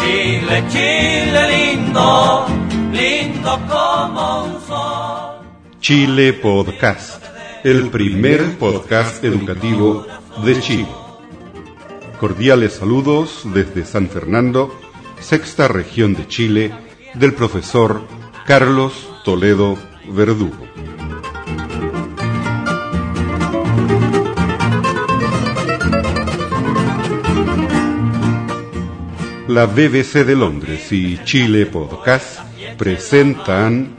de Chile lindo, lindo como un sol. Chile Podcast, el primer podcast educativo de Chile. Cordiales saludos desde San Fernando, sexta región de Chile, del profesor Carlos Toledo Verdugo. La BBC de Londres y Chile Podcast presentan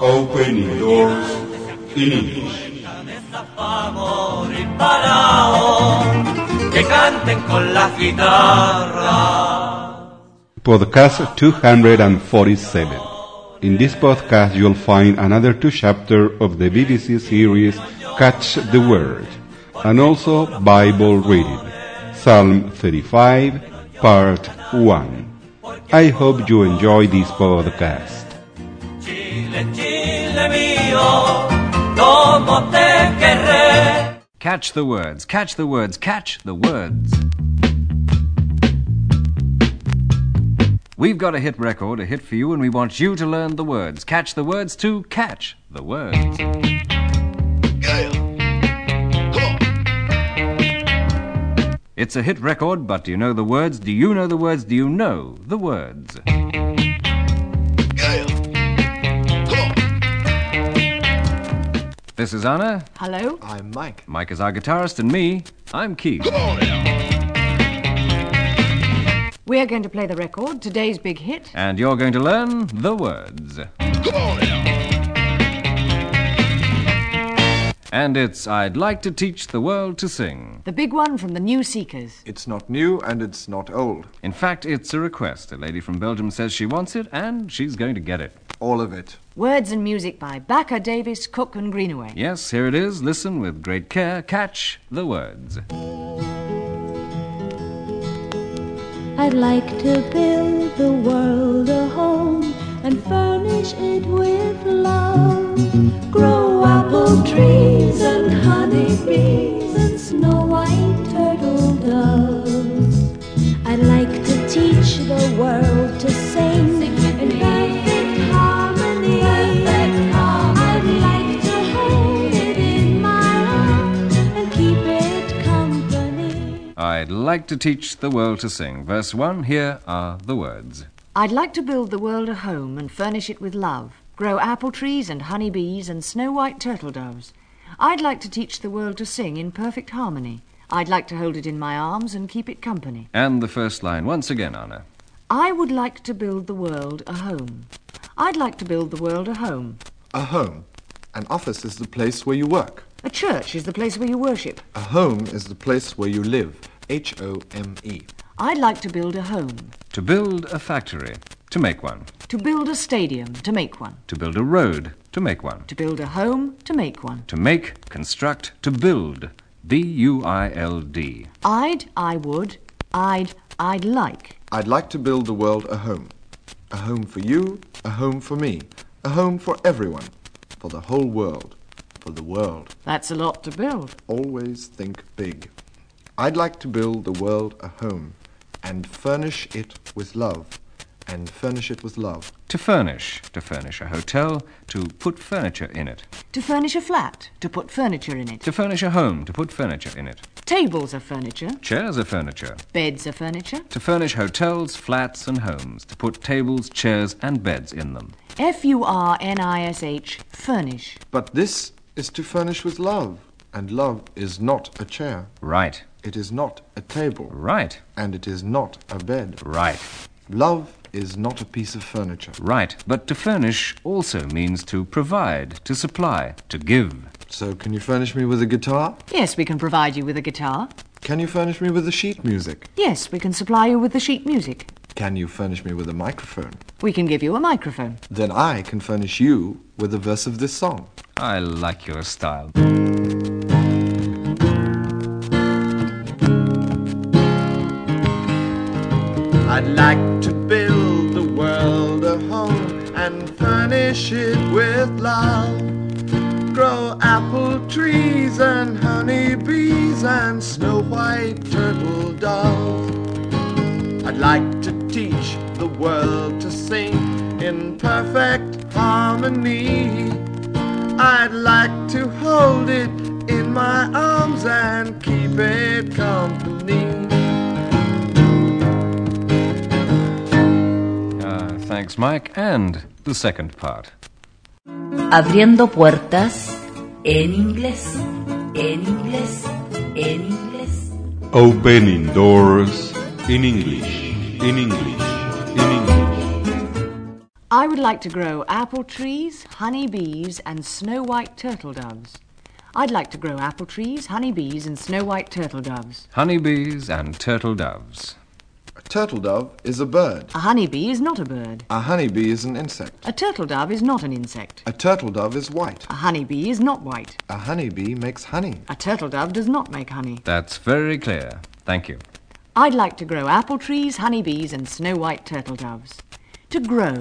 Open Doors in English. Amor y palao, que canten con las guitarras. Podcast 247. In this podcast, you'll find another two chapters of the BBC series Catch the Word and also Bible reading, Psalm 35, Part 1. I hope you enjoy this podcast. Chile, Chile mío, cómo te querré. Catch the words, catch the words, catch the words. We've got a hit record, a hit for you, and we want you to learn the words. Catch the words to catch the words. Yeah. Come on. It's a hit record, but do you know the words? Do you know the words? Do you know the words? Yeah. Come on. This is Anna. Hello? I'm Mike. Mike is our guitarist, and me, I'm Keith. Come on now. We're going to play the record, today's big hit. And you're going to learn the words. Come on now. And it's I'd like to teach the world to sing. The big one from the New Seekers. It's not new and it's not old. In fact, it's a request. A lady from Belgium says she wants it, and she's going to get it. All of it. Words and music by Backer Davis, Cook and Greenaway. Yes, here it is. Listen with great care. Catch the words. I'd like to build the world a home and furnish it with love. Grow apple trees and honey bees and snow white turtle doves. I'd like to teach the world to sing. in perfect harmony. I'd like to hold it in my arms and keep it company. I'd like to teach the world to sing. Verse 1 Here are the words. I'd like to build the world a home and furnish it with love. Grow apple trees and honey bees and snow white turtle doves. I'd like to teach the world to sing in perfect harmony. I'd like to hold it in my arms and keep it company. And the first line, once again, Anna. I would like to build the world a home. I'd like to build the world a home. A home. An office is the place where you work. A church is the place where you worship. A home is the place where you live. H O M E. I'd like to build a home. To build a factory, to make one. To build a stadium, to make one. To build a road, to make one. To build a home, to make one. To make, construct, to build. B U I L D. I'd, I would, I'd, I'd like. I'd like to build the world a home. A home for you, a home for me, a home for everyone, for the whole world, for the world. That's a lot to build. Always think big. I'd like to build the world a home and furnish it with love. And furnish it with love. To furnish, to furnish a hotel, to put furniture in it. To furnish a flat, to put furniture in it. To furnish a home, to put furniture in it. Tables are furniture, Chairs are furniture. beds are furniture. To furnish hotels, flats, and homes. To put tables, chairs, and beds in them. F U R N I S H, furnish. But this is to furnish with love. And love is not a chair. Right, It is not a table, right, and it is not a bed. right, Love is not a piece of furniture. right. But to furnish also means to provide, to supply, to give. So, can you furnish me with a guitar? Yes, we can provide you with a guitar. Can you furnish me with the sheet music? Yes, we can supply you with the sheet music. Can you furnish me with a microphone? We can give you a microphone. Then I can furnish you with a verse of this song. I like your style. I'd like to build the world a home and furnish it with love. Grow apple trees and honey bees and snow white turtle doves. I'd like to teach world to sing in perfect harmony. I'd like to hold it in my arms and keep it company. Uh, thanks, Mike. And the second part. Abriendo puertas en inglés, en inglés, en inglés. Opening doors in English, in English, in English. I would like to grow apple trees, honey bees, and snow white turtle doves. I'd like to grow apple trees, honey bees, and snow white turtle doves. Honeybees and turtle doves. A turtle dove is a bird. A honeybee is not a bird. A honeybee is an insect. A turtle dove is not an insect. A turtle dove is white. A honeybee is not white. A honeybee makes honey. A turtle dove does not make honey. That's very clear. Thank you. I'd like to grow apple trees, honey bees, and snow white turtle doves. To grow.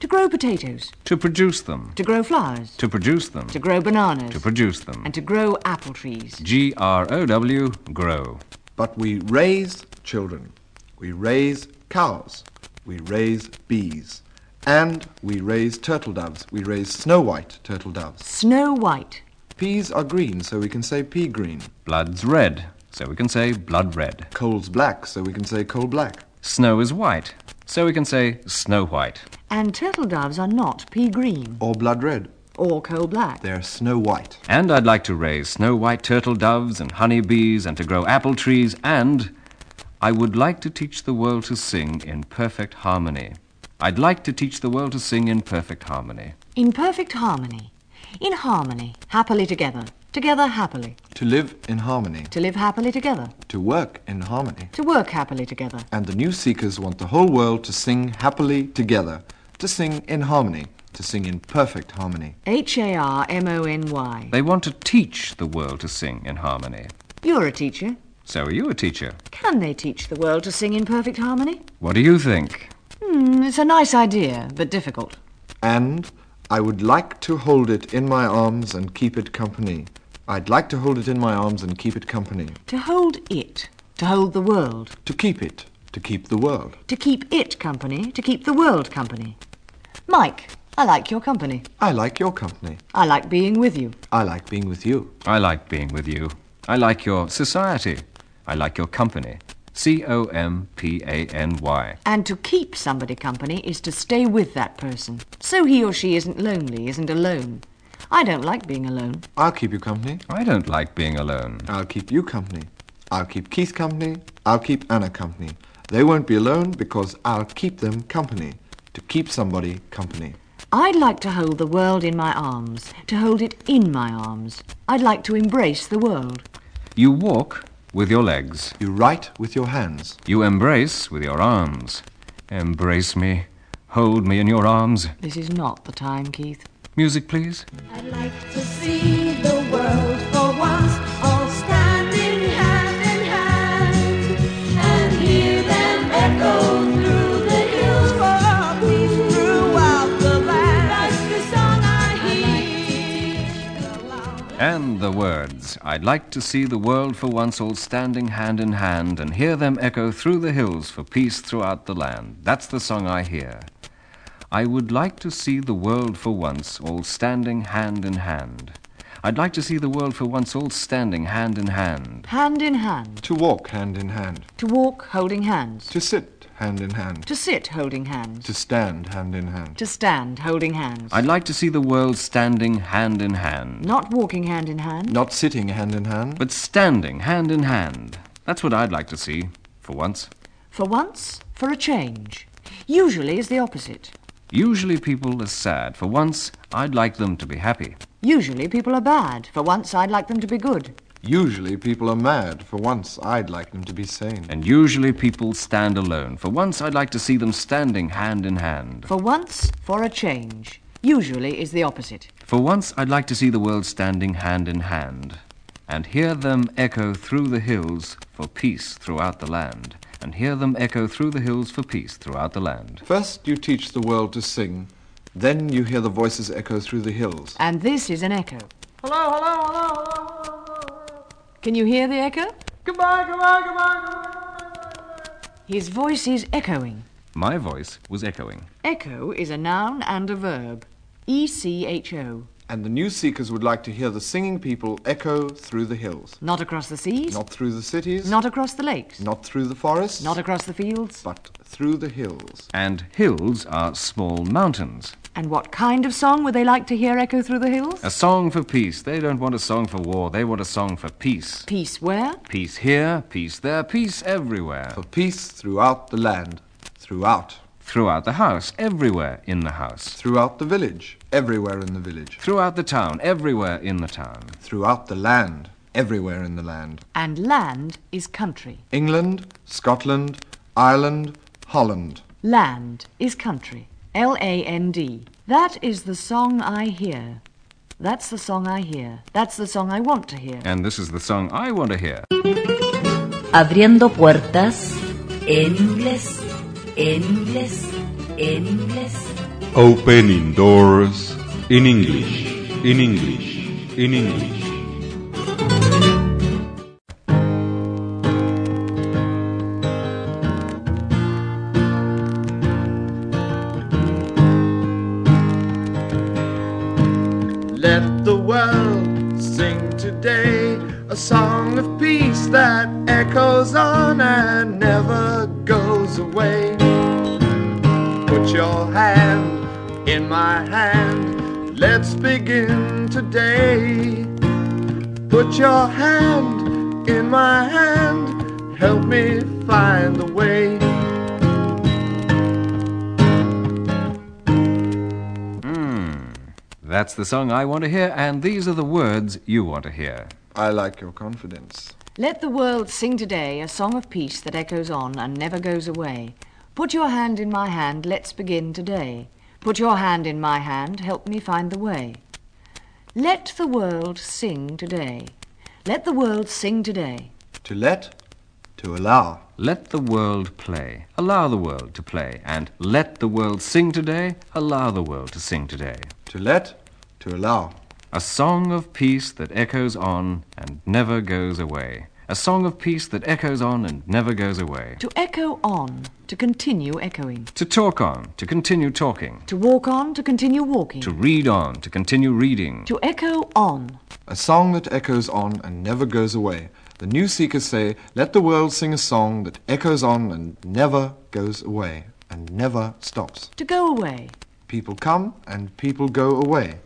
To grow potatoes. To produce them. To grow flowers. To produce them. To grow bananas. To produce them. and to grow apple trees. G R O W, grow. But we raise children. We raise cows. We raise bees. And we raise turtle doves. We raise snow white turtle doves. Snow White. Peas are green, so we can say pea green. Blood's red, so we can say blood red. Coal's black, so we can say coal black. Snow is white, so we can say snow white. And turtle doves are not pea green Or blood red. or coal black. They're snow white. And I'd like to raise snow white turtle doves and honey bees and to grow apple trees and I would like to teach the world to sing in perfect harmony. I'd like to teach the world to sing in perfect harmony. In perfect harmony. In harmony. Happily together. Together happily. To live in harmony. To live happily together. To work in harmony. To work happily together. And the new seekers want the whole world to sing happily together. To sing in harmony. To sing in perfect harmony. H A R M O N Y. They want to teach the world to sing in harmony. You're a teacher. So are you a teacher? Can they teach the world to sing in perfect harmony? What do you think? Hmm, it's a nice idea, but difficult. And I would like to hold it in my arms and keep it company. I'd like to hold it in my arms and keep it company. To hold it. To hold the world. To keep it. To keep the world. To keep it company. To keep the world company. Mike, I like your company. I like your company. I like being with you. I like being with you. I like being with you. I like your society. I like your company. C O M P A N Y. And to keep somebody company is to stay with that person. So he or she isn't lonely, isn't alone. I don't like being alone. I'll keep you company. I don't like being alone. I'll keep you company. I'll keep Keith company. I'll keep Anna company. They won't be alone because I'll keep them company. To keep somebody company. I'd like to hold the world in my arms, to hold it in my arms. I'd like to embrace the world. You walk with your legs. You write with your hands. You embrace with your arms. Embrace me. Hold me in your arms. This is not the time, Keith. Music, please. I'd like to see the world for once, all standing hand in hand, and hear them echo through the hills for a peace throughout the land. That's the song I hear. And the words. I'd like to see the world for once all standing hand in hand and hear them echo through the hills for peace throughout the land. That's the song I hear. I would like to see the world for once all standing hand in hand. I'd like to see the world for once all standing hand in hand. Hand in hand. To walk hand in hand. To walk holding hands. To sit hand in hand. To sit holding hands. To stand hand in hand. To stand holding hands. I'd like to see the world standing hand in hand, Not walking hand in hand. Not sitting hand in hand. but standing hand in hand. That's what I'd like to see, for once. For once, for a change. Usually is the opposite. Usually people are sad. For once, I'd like them to be happy. Usually people are bad. For once, I'd like them to be good. Usually people are mad. For once, I'd like them to be sane. And usually people stand alone. For once, I'd like to see them standing hand in hand. For once, for a change. Usually is the opposite. For once, I'd like to see the world standing hand in hand. And hear them echo through the hills for peace throughout the land. And hear them echo through the hills for peace throughout the land. First, you teach the world to sing. Then you hear the voices echo through the hills. And this is an echo. Hello, hello, hello, hello, hello. Can you hear the echo? Goodbye, goodbye, goodbye, goodbye. His voice is echoing. My voice was echoing. Echo is a noun and a verb. E C H O. And the new seekers would like to hear the singing people echo through the hills. Not across the seas. Not through the cities. Not across the lakes. not through the forests. Not across the fields. but through the hills. And hills are small mountains. And what kind of song would they like to hear echo through the hills? A song for peace. They don't want a song for war. They want a song for peace. Peace where? Peace here, peace there, peace everywhere. For peace throughout the land. Throughout. Throughout the house, everywhere in the house. Throughout the village. Everywhere in the village. Throughout the town, everywhere in the town. Throughout the land. Everywhere in the land. And land is country. England, Scotland, Ireland, Holland. Land is country. L A N D. That is the song I hear. That's the song I hear. That's the song I want to hear. And this is the song I want to hear. Abriendo puertas en inglés, en inglés, en inglés. Opening doors in English, in English, in English. Let the world sing today a song of peace that echoes on and never goes away. Put your hand in my hand, let's begin today. Put your hand in my hand, help me find the way. Hmm. That's the song I want to hear, and these are the words you want to hear. I like your confidence. Let the world sing today a song of peace that echoes on and never goes away. Put your hand in my hand, let's begin today. Put your hand in my hand, help me find the way. Let the world sing today. Let the world sing today. To let, to allow. Let the world play. Allow the world to play. And let the world sing today. Allow the world to sing today. To let, to allow. A song of peace that echoes on and never goes away. A song of peace that echoes on and never goes away. To echo on, to continue echoing. To talk on, to continue talking. To walk on, to continue walking. To read on, to continue reading. To echo on. A song that echoes on and never goes away. The new seekers say, let the world sing a song that echoes on and never goes away and never stops. To go away. People come and people go away.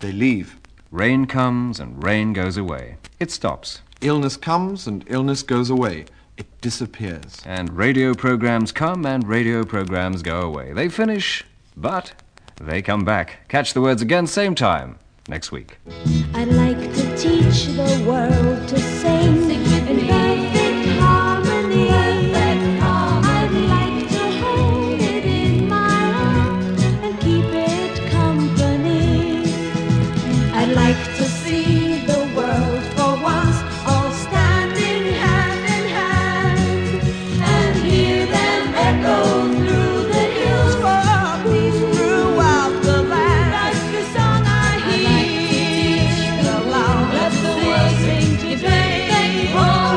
They leave. Rain comes and rain goes away. It stops. Illness comes and illness goes away. It disappears. And radio programs come and radio programs go away. They finish, but they come back. Catch the words again, same time, next week. I'd like to teach the world to sing, in perfect harmony. I'd like to hold it in my arms and keep it company. I'd like to see the world for once all standing hand in hand and hear them echo through the hills for peace throughout the land. That's the song I hear. Let the world sing today. Oh,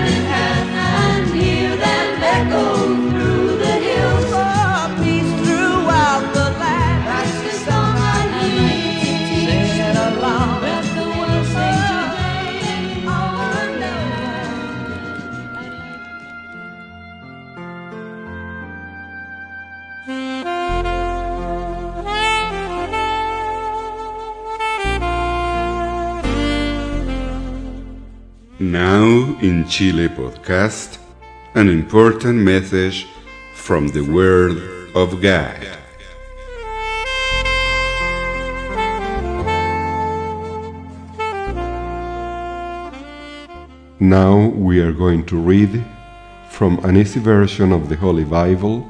Oh, Now in Chile podcast, an important message from the Word of God. Now we are going to read from an easy version of the Holy Bible,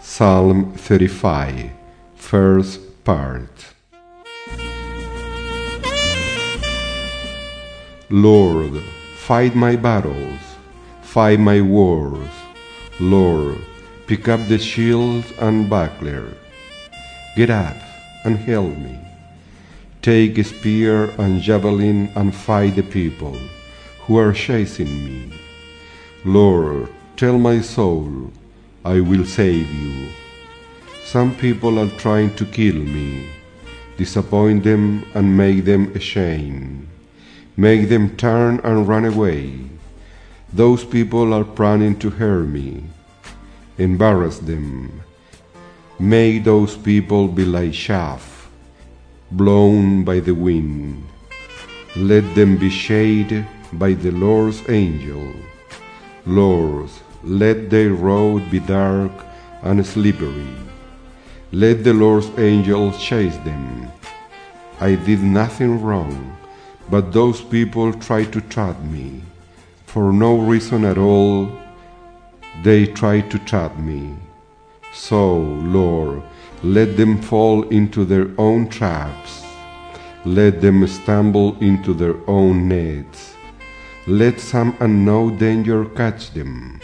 Psalm 35, first part. Lord, fight my battles, fight my wars. Lord, pick up the shield and buckler. Get up and help me. Take spear and javelin and fight the people who are chasing me. Lord, tell my soul, I will save you. Some people are trying to kill me. Disappoint them and make them ashamed. Make them turn and run away. Those people are planning to hurt me. Embarrass them. May those people be like chaff, blown by the wind. Let them be shaded by the Lord's angel. Lord, let their road be dark and slippery. Let the Lord's angel chase them. I did nothing wrong, but those people tried to trap me. For no reason at all, they tried to trap me. So, Lord, let them fall into their own traps. Let them stumble into their own nets. Let some unknown danger catch them.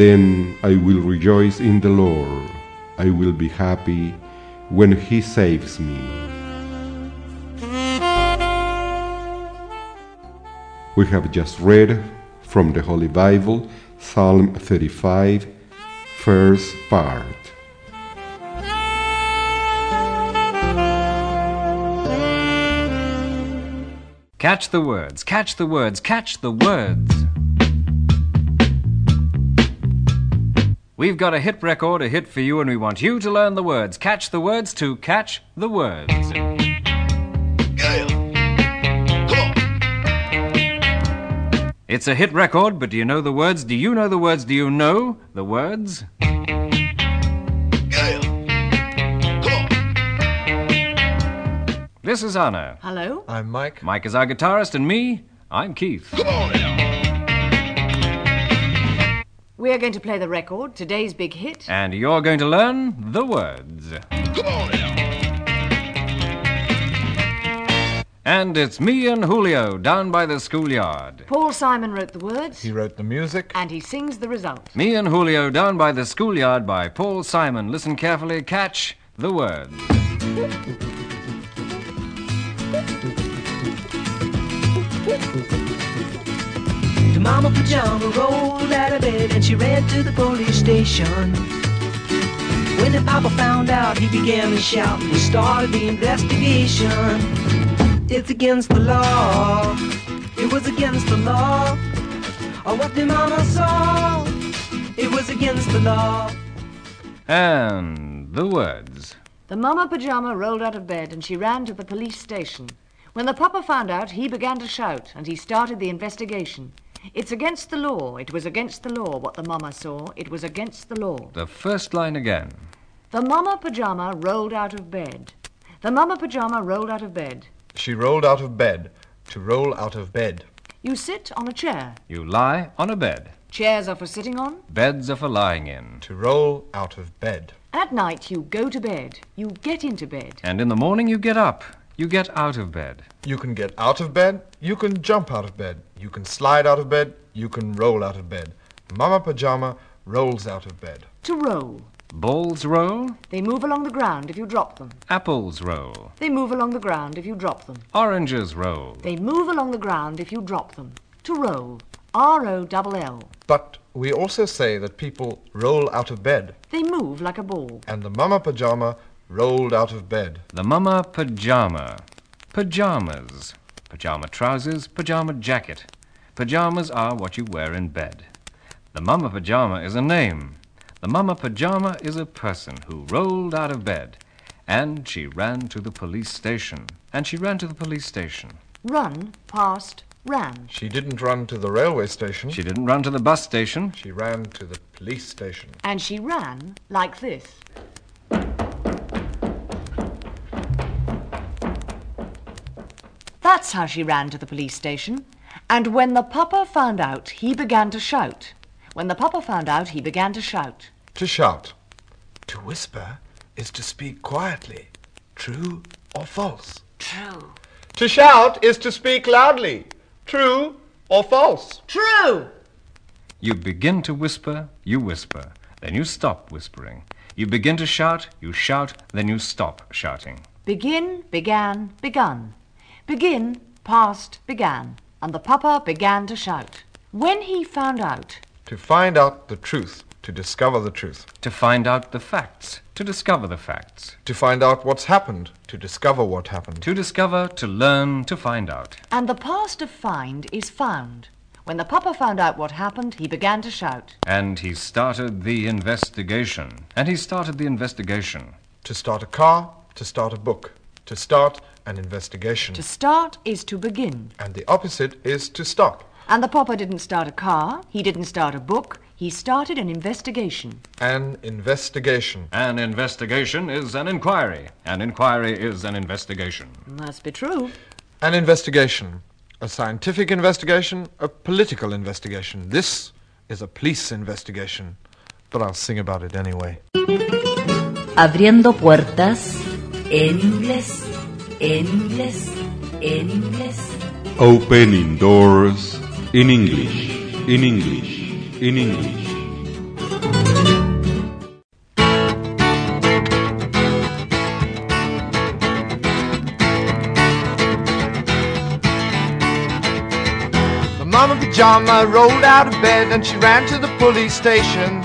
Then I will rejoice in the Lord. I will be happy when He saves me. We have just read from the Holy Bible, Psalm 35, first part. Catch the words, catch the words, catch the words. We've got a hit record, a hit for you, and we want you to learn the words. Catch the words to catch the words. Gale. Come on. It's a hit record, but do you know the words? Do you know the words? Do you know the words? Gale. Come on. This is Anna. Hello? I'm Mike. Mike is our guitarist, and me, I'm Keith. Come on now. We are going to play the record, today's big hit. And you're going to learn the words. Come on now. And it's me and Julio down by the schoolyard. Paul Simon wrote the words, He wrote the music. and he sings the result. Me and Julio down by the schoolyard by Paul Simon. Listen carefully, catch the words. The mama pajama rolled out of bed and she ran to the police station. When the papa found out, he began to shout and he started the investigation. It's against the law. It was against the law. Or what the mama saw. It was against the law. And the words. The mama pajama rolled out of bed and she ran to the police station. When the papa found out, he began to shout and he started the investigation. It's against the law. It was against the law what the mama saw. It was against the law. The first line again. The mama pajama rolled out of bed. The mama pajama rolled out of bed. She rolled out of bed. To roll out of bed. You sit on a chair. You lie on a bed. Chairs are for sitting on. Beds are for lying in. To roll out of bed. At night, you go to bed. You get into bed. And in the morning you get up. You get out of bed. You can get out of bed. You can jump out of bed. You can slide out of bed. You can roll out of bed. Mama Pajama rolls out of bed. To roll. Balls roll, They move along the ground if you drop them. apples roll, They move along the ground if you drop them. oranges roll. They move along the ground if you drop them. To roll. R O L L. But we also say that people roll out of bed. They move like a ball. And the Mama Pajama rolled out of bed. The mama pajama. Pajamas. Pajama trousers, pajama jacket. Pajamas are what you wear in bed. The mama pajama is a name. The mama pajama is a person who rolled out of bed. And she ran to the police station. And she ran to the police station. Run past Ran. She didn't run to the railway station. She didn't run to the bus station. She ran to the police station. And she ran like this. That's how she ran to the police station. And when the papa found out, he began to shout. When the papa found out, he began to shout. To shout. To whisper is to speak quietly. True or false? True. To shout is to speak loudly. True or false? True! You begin to whisper, you whisper. Then you stop whispering. You begin to shout, you shout, then you stop shouting. Begin, began, begun. Begin, past, began. And the papa began to shout. When he found out, To find out the truth. To discover the truth. To find out the facts, to discover the facts. To find out what's happened. To discover what happened. To discover, to learn, to find out. and the past of find is found. When the papa found out what happened, he began to shout. And he started the investigation. And he started the investigation. To start a car. To start a book. To start an investigation. To start is to begin. And the opposite is to stop. And the papa didn't start a car, he didn't start a book, he started an investigation. An investigation. An investigation is an inquiry. An inquiry is an investigation. Must be true. An investigation. A scientific investigation. A political investigation. This is a police investigation. But I'll sing about it anyway. Abriendo puertas en inglés, en inglés, en inglés. Opening doors in English, in English, in English. The Mama Pajama rolled out of bed and she ran to the police station.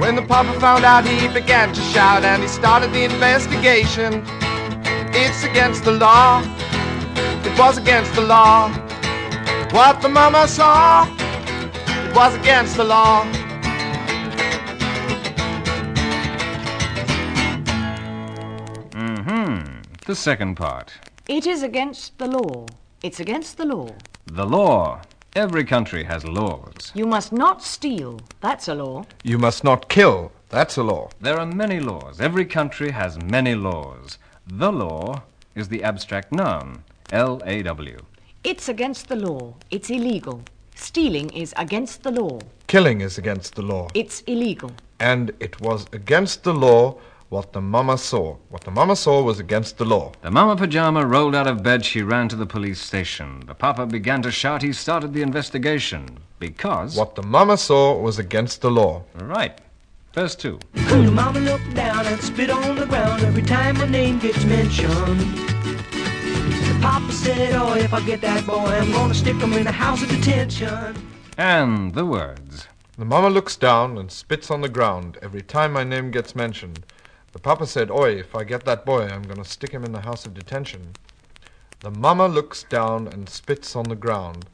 When the Papa found out, he began to shout and he started the investigation. It's against the law. It was against the law. What the Mama saw, it was against the law. Mm-hmm. The second part. It is against the law. It's against the law. The law. Every country has laws. You must not steal. That's a law. You must not kill. That's a law. There are many laws. Every country has many laws. The law is the abstract noun, L A W. It's against the law. It's illegal. Stealing is against the law. Killing is against the law. It's illegal. And it was against the law what the Mama saw. What the Mama saw was against the law. The Mama Pajama rolled out of bed. She ran to the police station. The Papa began to shout. He started the investigation. Because. What the Mama saw was against the law. Right. First two. Cool mama looked down and spit on the ground every time my name gets mentioned. The papa said, Oh, if I get that boy, I'm gonna stick him in the house of detention. And the words. The mama looks down and spits on the ground every time my name gets mentioned. The papa said, Oi, if I get that boy, I'm going to stick him in the house of detention. The mama looks down and spits on the ground.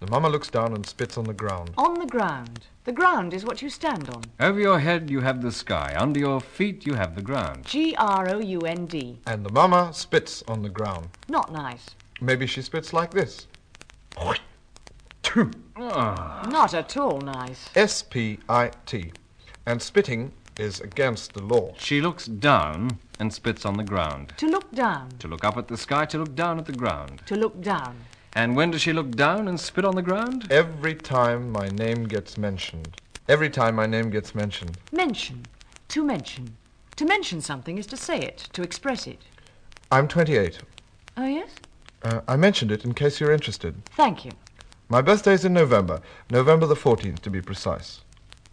The mama looks down and spits on the ground. On the ground. The ground is what you stand on. Over your head, you have the sky. Under your feet, you have the ground. G R O U N D. And the mama spits on the ground. Not nice. Maybe she spits like this. Not at all nice. S P I T. And spitting is against the law. She looks down and spits on the ground. To look down. To look up at the sky, to look down at the ground. To look down. And when does she look down and spit on the ground? Every time my name gets mentioned. Every time my name gets mentioned. Mention. To mention. To mention something is to say it, to express it. I'm 28. Oh, yes? Uh, I mentioned it in case you're interested. Thank you. My birthday's in November, November the 14th to be precise.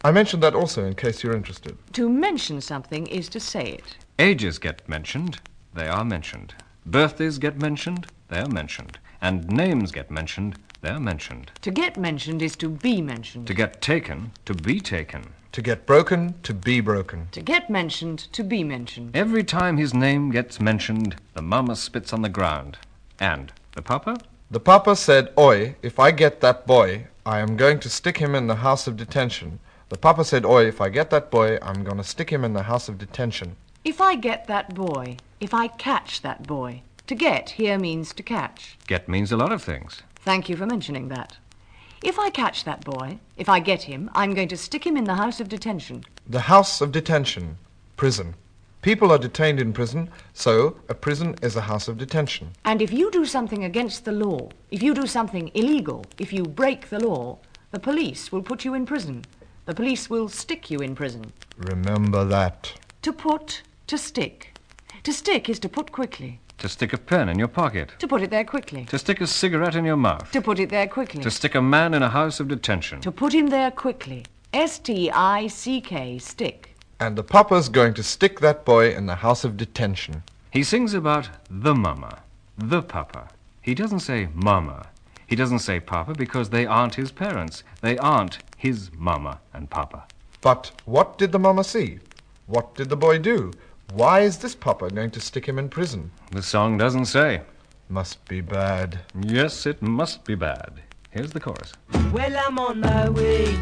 I mentioned that also in case you're interested. To mention something is to say it. Ages get mentioned, they are mentioned. Birthdays get mentioned, they are mentioned. And names get mentioned, they are mentioned. To get mentioned is to be mentioned. To get taken, to be taken. To get broken, to be broken. To get mentioned, to be mentioned. Every time his name gets mentioned, the mama spits on the ground. And the papa? The papa said, Oi, if I get that boy, I am going to stick him in the house of detention. The papa said, Oi, if I get that boy, I'm going to stick him in the house of detention. If I get that boy, if I catch that boy, To get here means to catch. Get means a lot of things. Thank you for mentioning that. If I catch that boy, if I get him, I'm going to stick him in the house of detention. The house of detention, prison. People are detained in prison, so a prison is a house of detention. And if you do something against the law, if you do something illegal, if you break the law, the police will put you in prison. The police will stick you in prison. Remember that. To put, to stick. To stick is to put quickly. To stick a pen in your pocket. To put it there quickly. To stick a cigarette in your mouth. To put it there quickly. To stick a man in a house of detention. To put him there quickly. S T I C K, stick. And the papa's going to stick that boy in the house of detention. He sings about the mama, the papa. He doesn't say mama. He doesn't say papa because they aren't his parents. They aren't his mama and papa. But what did the mama see? What did the boy do? Why is this papa going to stick him in prison? The song doesn't say. Must be bad. Yes, it must be bad. Here's the chorus. Well, I'm on my way.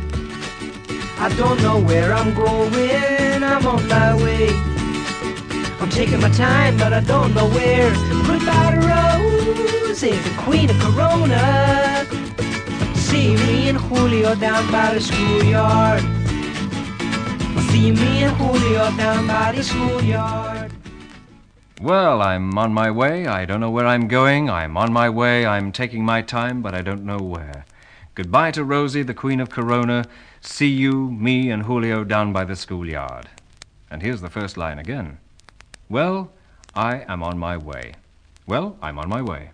I don't know where I'm going. I'm on my way. I'm taking my time, but I don't know where. Goodbye to Rose, the queen of Corona. See me and Julio down by the schoolyard. See me and Julio down by the schoolyard. Well, I'm on my way. I don't know where I'm going. I'm on my way. I'm taking my time, but I don't know where. Goodbye to Rosie, the Queen of Corona. See you, me, and Julio down by the schoolyard. And here's the first line again. Well, I am on my way. Well, I'm on my way.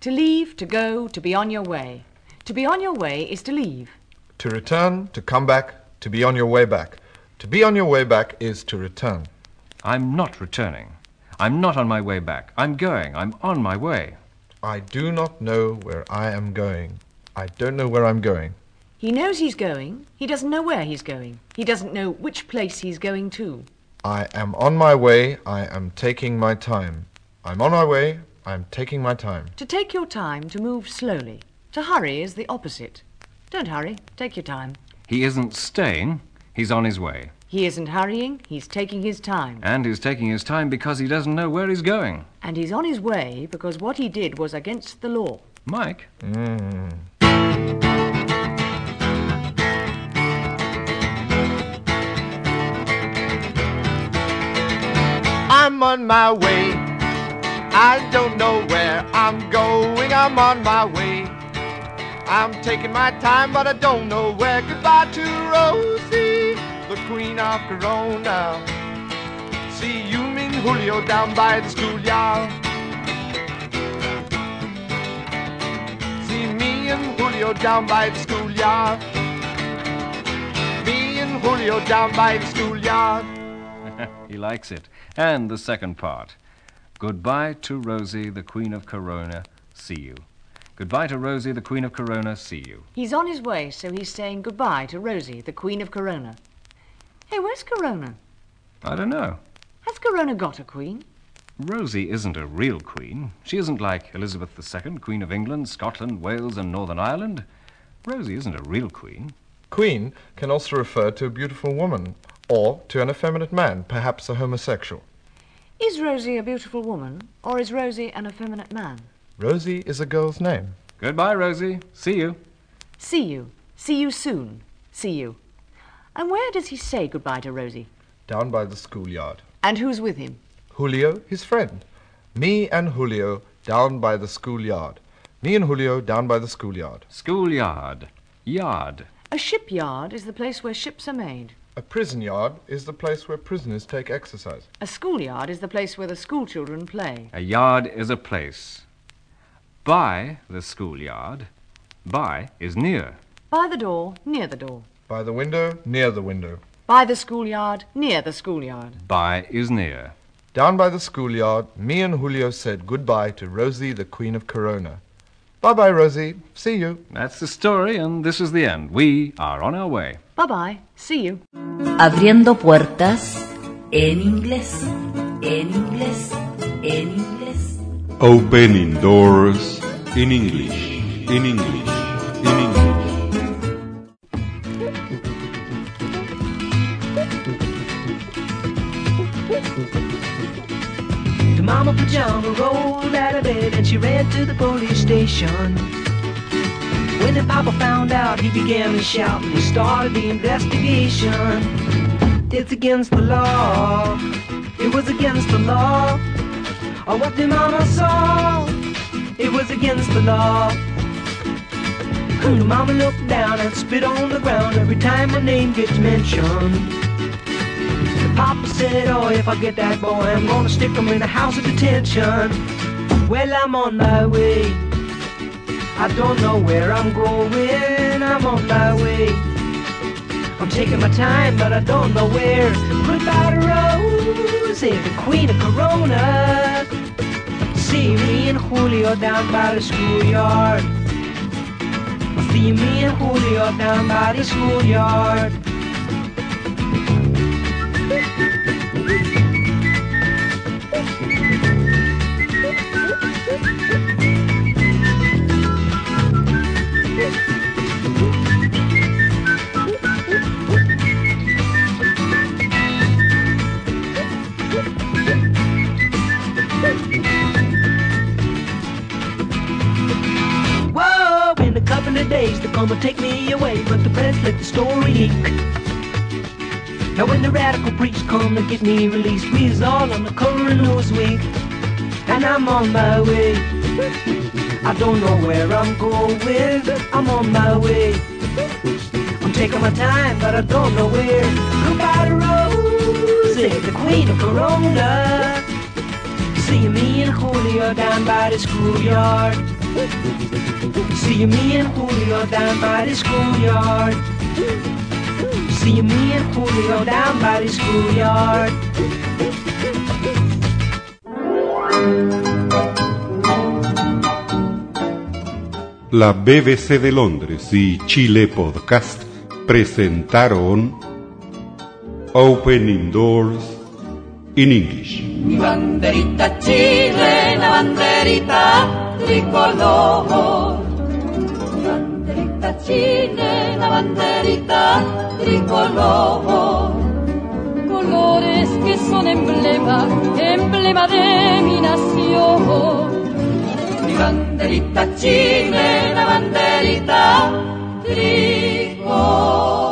To leave, to go, to be on your way. To be on your way is to leave. To return, to come back, to be on your way back. To be on your way back is to return. I'm not returning. I'm not on my way back. I'm going. I'm on my way. I do not know where I am going. I don't know where I'm going. He knows he's going. He doesn't know where he's going. He doesn't know which place he's going to. I am on my way. I am taking my time. I'm on my way. I'm taking my time. To take your time, to move slowly. To hurry is the opposite. Don't hurry. Take your time. He isn't staying. He's on his way. He isn't hurrying. He's taking his time. And he's taking his time because he doesn't know where he's going. And he's on his way because what he did was against the law. Mike? I'm on my way. I don't know where I'm going. I'm on my way. I'm taking my time, but I don't know where. Goodbye to Rosie, the queen of Corona. See you, mean Julio, down by the schoolyard. See me and Julio down by the schoolyard. Me and Julio down by the schoolyard. He likes it. And the second part. Goodbye to Rosie, the Queen of Corona. See you. Goodbye to Rosie, the Queen of Corona. See you. He's on his way, so he's saying goodbye to Rosie, the Queen of Corona. Hey, where's Corona? I don't know. Has Corona got a queen? Rosie isn't a real queen. She isn't like Elizabeth II, Queen of England, Scotland, Wales, and Northern Ireland. Rosie isn't a real queen. Queen can also refer to a beautiful woman or to an effeminate man, perhaps a homosexual. Is Rosie a beautiful woman, or is Rosie an effeminate man? Rosie is a girl's name. Goodbye, Rosie. See you. See you. See you soon. See you. And where does he say goodbye to Rosie? Down by the schoolyard. And who's with him? Julio, his friend. Me and Julio down by the schoolyard. Me and Julio down by the schoolyard. Schoolyard. Yard. A shipyard is the place where ships are made. A prison yard is the place where prisoners take exercise. A schoolyard is the place where the schoolchildren play. A yard is a place. By the schoolyard. By is near. By the door, near the door. By the window, near the window. By the schoolyard, near the schoolyard. By is near. Down by the schoolyard, me and Julio said goodbye to Rosie, the Queen of Corona. Bye bye, Rosie. See you. That's the story, and this is the end. We are on our way. Bye bye. See you. Abriendo puertas en inglés, en inglés, en inglés. Opening doors in English, in English, in English. The Mama Pajama rolled out of bed and she ran to the police station. When the Papa found out, he began to shout and he started the investigation. It's against the law. It was against the law. Oh, what the mama saw. It was against the law. Ooh, mama looked down and spit on the ground every time my name gets mentioned. Papa said, oh, if I get that boy, I'm gonna stick him in a house of detention. Well, I'm on my way. I don't know where I'm going. I'm on my way. I'm taking my time, but I don't know where. Goodbye to Rose, the queen of Corona. See me and Julio down by the schoolyard. See me and Julio down by the schoolyard. Whoa, in a couple of days they're gonna take me away, but the press let the story leak. Now when the radical preach come to get me released, we is all on the cover of Newsweek, and I'm on my way. I don't know where I'm going, I'm on my way. I'm taking my time, but I don't know where. Goodbye to Rose, the queen of Corona. See me and Julio down by the schoolyard. See me and Julio down by the schoolyard. See me and Julio down by the schoolyard. La BBC de Londres y Chile Podcast presentaron Opening Doors in English. Mi banderita chilena, banderita tricolor. Mi banderita chilena, banderita tricolor. Colores que son emblema, emblema de mi nación. Mi banderita chilena, banderita tricolor.